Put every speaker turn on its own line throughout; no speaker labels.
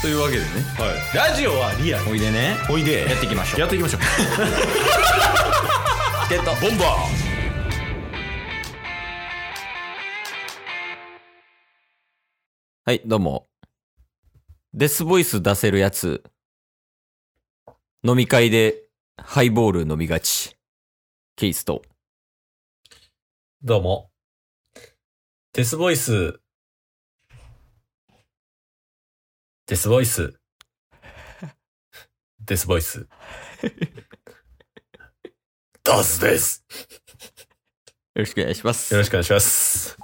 というわけでね
はい、ラジオはリアル
おいでね
おいで
やっていきましょう
やっていきましょう
ゲット
ボンバ
はいどうもデスボイス出せるやつ飲み会でハイボール飲みがちケイスと
ーどうもデスボイスデスボイスデスボイスダ スです
よろしくお願いします
よろしくお願いします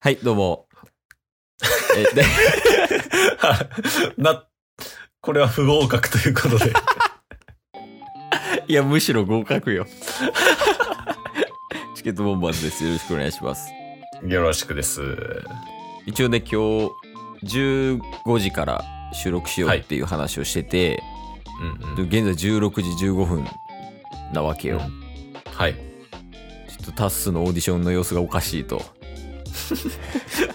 はいどう もえで
なこれは不合格というこ とで
いや、むしろ合格よ。 チケットボンバーズです。よろしくお願いします。
よろしくです
一応ね、今日15時から収録しようっていう話をしてて、
うん
で現在16時15分なわけよ。
うんはい
ちょっとタッスのオーディションの様子がおかしいと。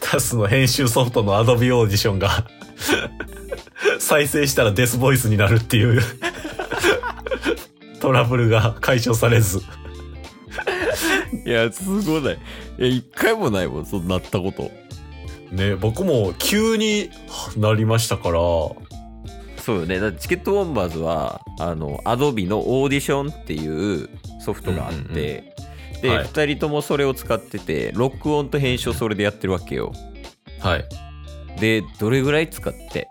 タスの編集ソフトの Adobe オーディションが再生したらデスボイスになるっていうトラブルが解消されず
いや、すごない。いや、一回もないもん、そんなったこと。
ね僕も急になりましたから
そうよね。だってチケットボンバーズは、あの、アドビのオーディションっていうソフトがあって、
うんうんうん
で、
はい
2人ともそれを使ってて、録音と編集をそれでやってるわけよ。
はい
で、どれぐらい使って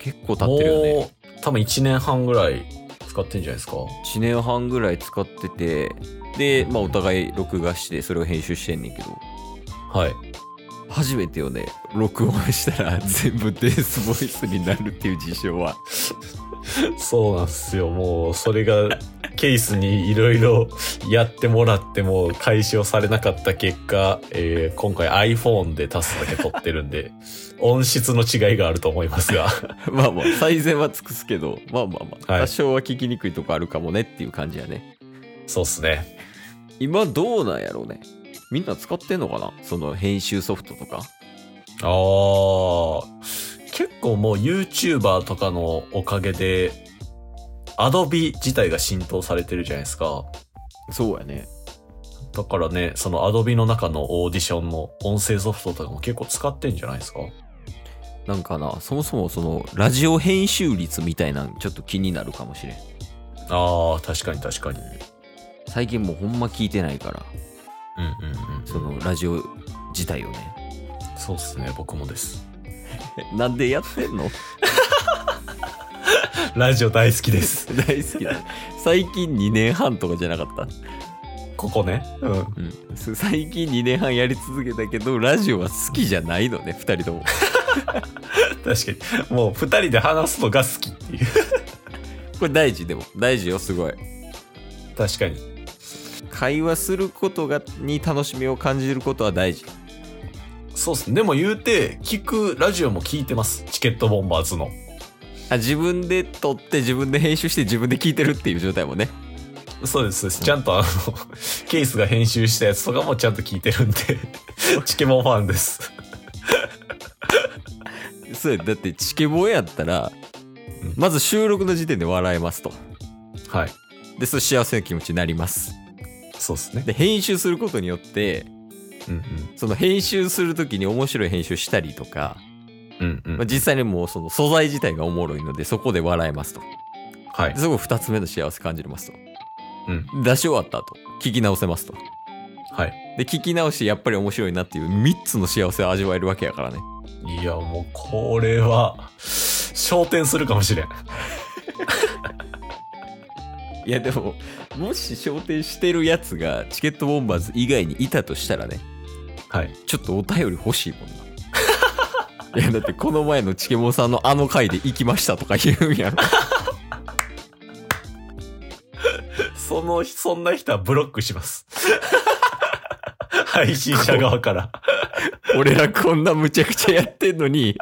結構経ってるよね。
もう多分1年半ぐらい使ってんじゃないですか
1年半ぐらい使ってて、で、まあ、お互い録画して、それを編集してんねんけど、
はい
初めてよね、録音したら全部デースボイスになるっていう事象は。
そうなんですよもうそれがケースにいろいろやってもらっても解消されなかった結果、えー今回 iPhone でタスだけ撮ってるんで 音質の違いがあると思いますが
まあまあ、最善は尽くすけど、まあまあまあ、
はい
多少は聞きにくいとこあるかもねっていう感じやね。
そうっすね
今どうなんやろうね。みんな使ってんのかなその編集ソフトとか。
あー結構もう YouTuber とかのおかげで Adobe 自体が浸透されてるじゃないですか
そうやね。
だからねその Adobe の中のオーディションの音声ソフトとかも結構使ってんじゃないですか
なんかな、そもそもその、ラジオ編集率みたいなん、ちょっと気になるかもしれん。
あー確かに確かに
最近もうほんま聞いてないから、
うんうんうん
その、ラジオ自体をね。
そうっすね、僕もです。
なんでやってんの
ラジオ大好きです。
大好きだ。最近2年半とかじゃなかった。
ここね。うん。
うん、す最近2年半やり続けたけどラジオは好きじゃないのね2人とも
確かに。もう二人で話すのが好きっていう。
これ大事でも大事よすごい
確かに。
会話することがに楽しみを感じることは大事
そうっすね。でも言うて、聞くラジオも聞いてます。チケットボンバーズの。
あ自分で撮って自分で編集して自分で聞いてるっていう状態もね
そうです、そうです。ちゃんとあの、 ケースが編集したやつとかもちゃんと聞いて るんで、チケモンファンです。
そうやだってチケボンやったら
うん
まず収録の時点で笑えますと
はい。
でそう幸せな気持ちになります
そうっすね。
で編集することによって
うん
その編集する時に面白い編集したりとか、
うん。うんうん
まあ、実際にもうその素材自体がおもろいのでそこで笑えますと
はい。
そこ2つ目の幸せ感じれますと。
うん。
出し終わった後、聞き直せますと。
はい。
で、聞き直してやっぱり面白いなっていう3つの幸せを味わえるわけやからね。
いや、もうこれは、昇天するかもしれん。
いや、でも、もし焦点してるやつがチケットボンバーズ以外にいたとしたらね、
はい。
ちょっとお便り欲しいもんな。いや、だってこの前のチケモンさんのあの回で行きましたとか言うんやろ。
その、そんな人はブロックします。配信者側から。
俺らこんなむちゃくちゃやってんのに、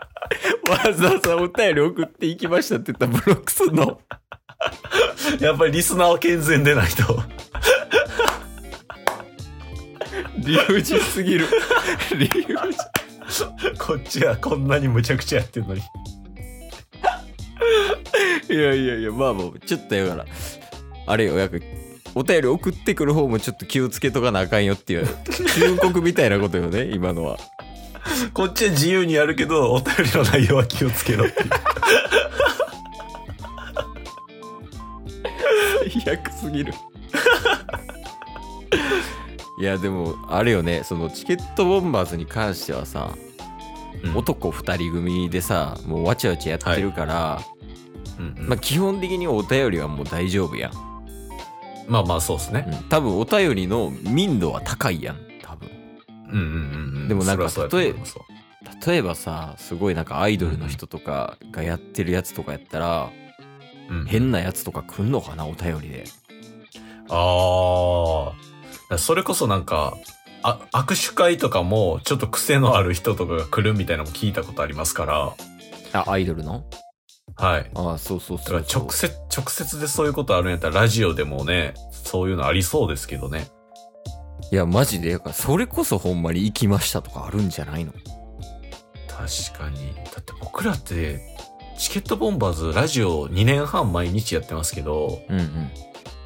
わざわざお便り送って行きましたって言ったらブロックすんの。
やっぱりリスナーは健全でないと。
理不尽すぎる理不尽
こっちはこんなにむちゃくちゃやってんのに。
いやいやいや、まあまあ、ちょっとやから、あれよ、やっぱお便り送ってくる方もちょっと気をつけとかなあかんよっていう、忠告みたいなことよね、 今のは。
こっちは自由にやるけど、お便りの内容は気をつけろっていう。
最悪すぎる。 いや、でも、あれよね、そのチケットボンバーズに関してはさ、
うん
男2人組でさ、もうわちゃわちゃやってるから、まあ、基本的にお便りはもう大丈夫やん。
まあまあ、そうですね。
多分お便りの民度は高いやん多分
うんうんうんう
でもなんか
それはそうや
例え
と思いますわ
例えばさすごいなんかアイドルの人とかがやってるやつとかやったら、
うん
変なやつとか来んのかなお便りで
ああ。それこそなんか、あ握手会とかも、ちょっと癖のある人とかが来るみたいなのも聞いたことありますか
あアイドルの
ら、はい。
ああそうそう
だ
そ
から
うそう
直接、直接でそういうことあるんやったら、ラジオでもね、そういうのありそうですけどね。
いやマジでやからそれこそほんまに行きましたとかあるんじゃないの
確かに。だって僕らって、チケットボンバーズラジオ2年半毎日やってますけど、
うんうん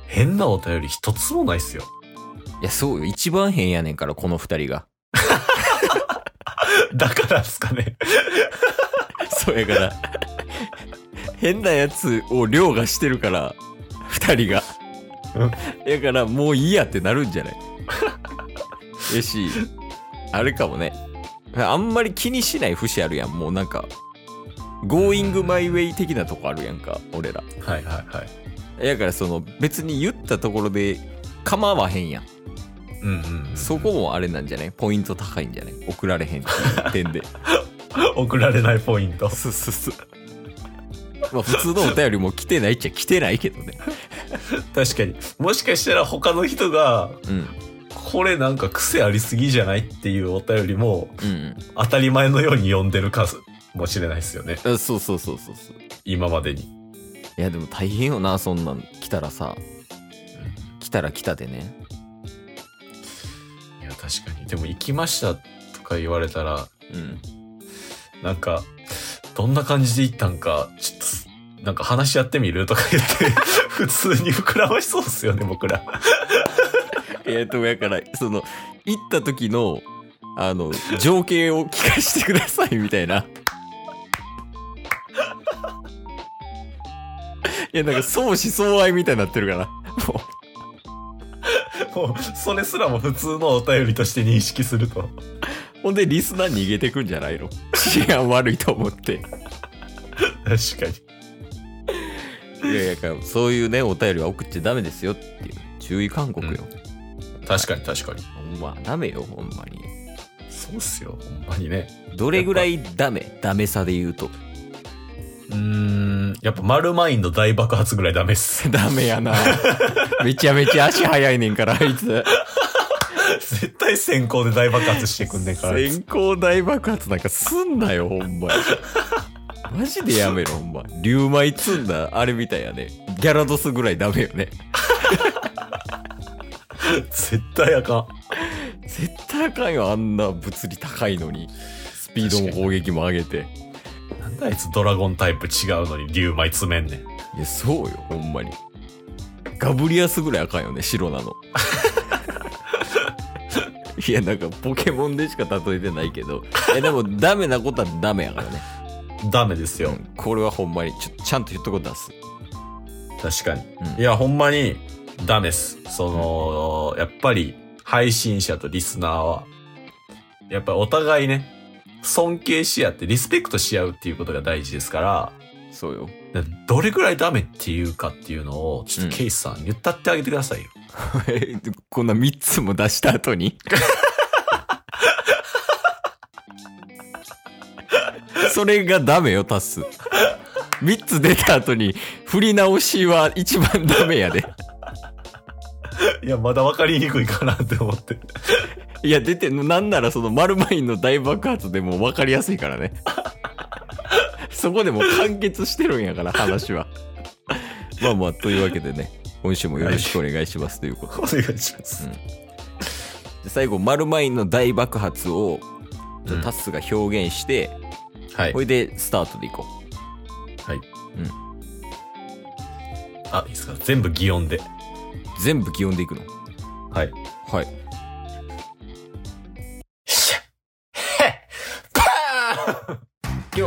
変なお便り一つもないっすよ。
いやそうよ一番変やねんからこの2人が
だからですかね。
そうやから変なやつを凌駕してるから2人がやからもういいやってなるんじゃないよしあれかもねあんまり気にしない節あるやんもうなんか「Going my way」的なとこあるやんか俺ら
はいはいはい。
やからその別に言ったところで構わへんやん
うんうん、うん。
そこもあれなんじゃないポイント高いんじゃない送られへんっていう点で
送られないポイント。
そうそうそうまあ普通のお便りも来てないっちゃ来てないけど ね
確かに。もしかしたら他の人が、
うん
これなんか癖ありすぎじゃないっていうお便りも、
うん
当たり前のように読んでる数もしれないですよね。
うんあそうそうそうそうそう
今までに。
いやでも大変よなそんなん来たらさ来たら来たでね
いや、確かに。でも行きましたとか言われたら、
うん
なんか、どんな感じで行ったんか、ちょっと、なんか話し合ってみるとか言って、 普通に膨らましそうですよね、僕ら。
えっとやからその行った時のあの情景を聞かせてくださいみたいな。 いやなんか相思相愛みたいになってるからも
もう、それすらも普通のお便りとして認識すると。
うほんでリスナー逃げてくんじゃないの 治安悪いと思って
確かに。
いやいやだからそういうねお便りは送っちゃダメですよっていう注意勧告よ、
確かに確かに。
ほんまダメよほんまに
そうっすよ、ほんまにね。
どれぐらいダメダメさで言うと。
うーん、やっぱ丸マインド大爆発ぐらいダメっす
ダメ やなめちゃめちゃ足早いねんからあいつ
絶対先行で大爆発してくんねんから。
先行大爆発なんかすんなよほんまにマジでやめろほんま竜米積んだあれみたいやねギャラドスぐらいダメよね
絶対あかん。
絶対あかんよあんな物理高いのにスピードも攻撃も上げて
なんであいつドラゴンタイプ違うのに竜舞詰めんねん。
いやそうよほんまにガブリアスぐらいあかんよね白なの いやなんかポケモンでしか例えてないけどいやでもダメなことはダメやからね、
ダメですよ。
うんこれはほんまにちょちゃんと言っとこう出す
確かに。
うん
いや、ほんまに、ダメっす。その、やっぱり、配信者とリスナーは、やっぱりお互いね、尊敬し合って、リスペクトし合うっていうことが大事ですから、
そうよ
どれぐらいダメっていうかっていうのを、ちょっ
うん
とケイスさん、言ったってあげてくださいよ。
え こんな3つも出した後 にそれがダメよタス3つ出た後に振り直しは一番ダメやで
いや、まだ分かりにくいかなって思って。
いや出てんなんならその丸マインの大爆発でも分かりやすいからね そこでもう完結してるんやから話は まあまあというわけでね今週もよろしくお願いしますということ
お願いします。
で最後、マルマインの大爆発をじゃあタッスが表現して、
はい
こ。れでスタートでいこ
あ、いいですか。全部擬音で。
う全部擬音でいくの
はい。
はい
シャッヘッパーン
今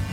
す